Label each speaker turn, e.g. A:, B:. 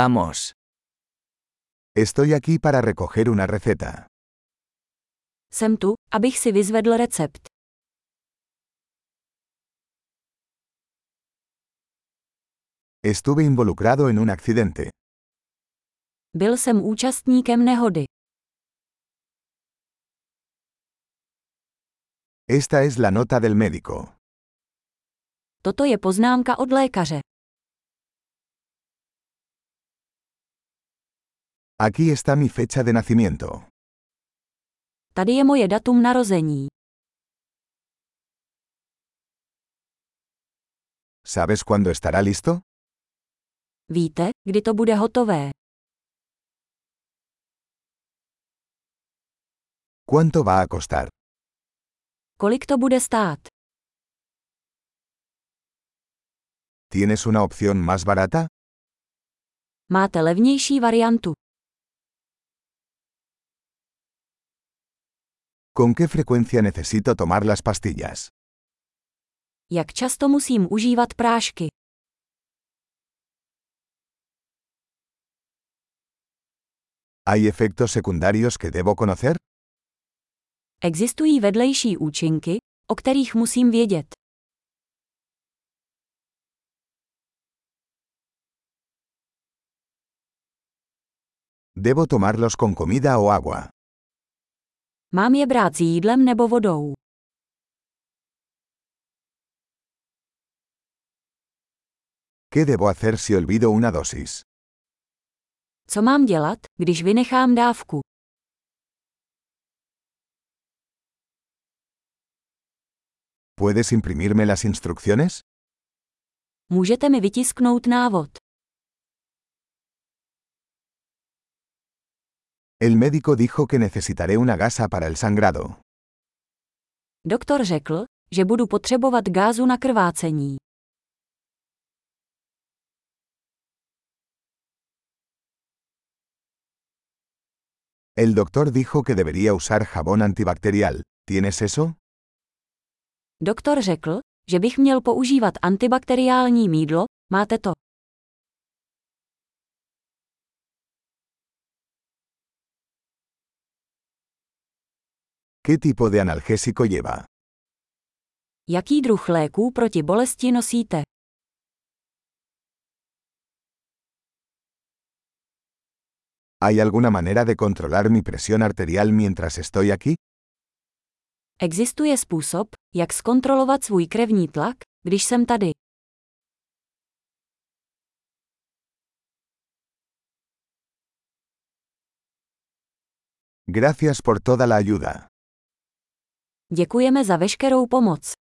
A: Vamos.
B: Estoy aquí para recoger una receta.
C: Jsem tu, abych si vyzvedl recept.
B: Estuve involucrado en un accidente.
C: Byl jsem účastníkem nehody.
B: Esta es la nota del médico.
C: Toto je poznámka od lékaře.
B: Aquí está mi fecha de nacimiento.
C: Tady je moje datum narození.
B: ¿Sabes cuándo estará listo?
C: Víte, kdy to bude hotové?
B: ¿Cuánto va a costar?
C: Kolik to bude stát?
B: ¿Tienes una opción más barata?
C: Máte levnější variantu.
B: ¿Con qué frecuencia necesito tomar las pastillas?
C: Jak často musím užívat prášky?
B: ¿Hay efectos secundarios que debo conocer?
C: Existují vedlejší účinky, o kterých musím vědět.
B: ¿Debo tomarlos con comida o agua?
C: Mám je brát s jídlem nebo vodou?
B: ¿Qué debo hacer si olvido una dosis?
C: Co mám dělat, když vynechám dávku?
B: ¿Puedes imprimirme las instrucciones?
C: Můžete mi vytisknout návod.
B: El médico dijo que necesitaré una gasa para el sangrado.
C: Doktor řekl, že budu potřebovat gázu na krvácení.
B: El doctor dijo que debería usar jabón antibacterial. ¿Tienes eso?
C: Doktor řekl, že bych měl používat antibakteriální mídlo, máte to.
B: ¿Qué tipo de analgésico lleva?
C: Jaký druh léků proti bolesti nosíte?
B: ¿Hay alguna manera de controlar mi presión arterial mientras estoy aquí?
C: Existuje způsob, jak zkontrolovat svůj krevní tlak, když jsem tady.
B: Gracias por toda la ayuda.
C: Děkujeme za veškerou pomoc.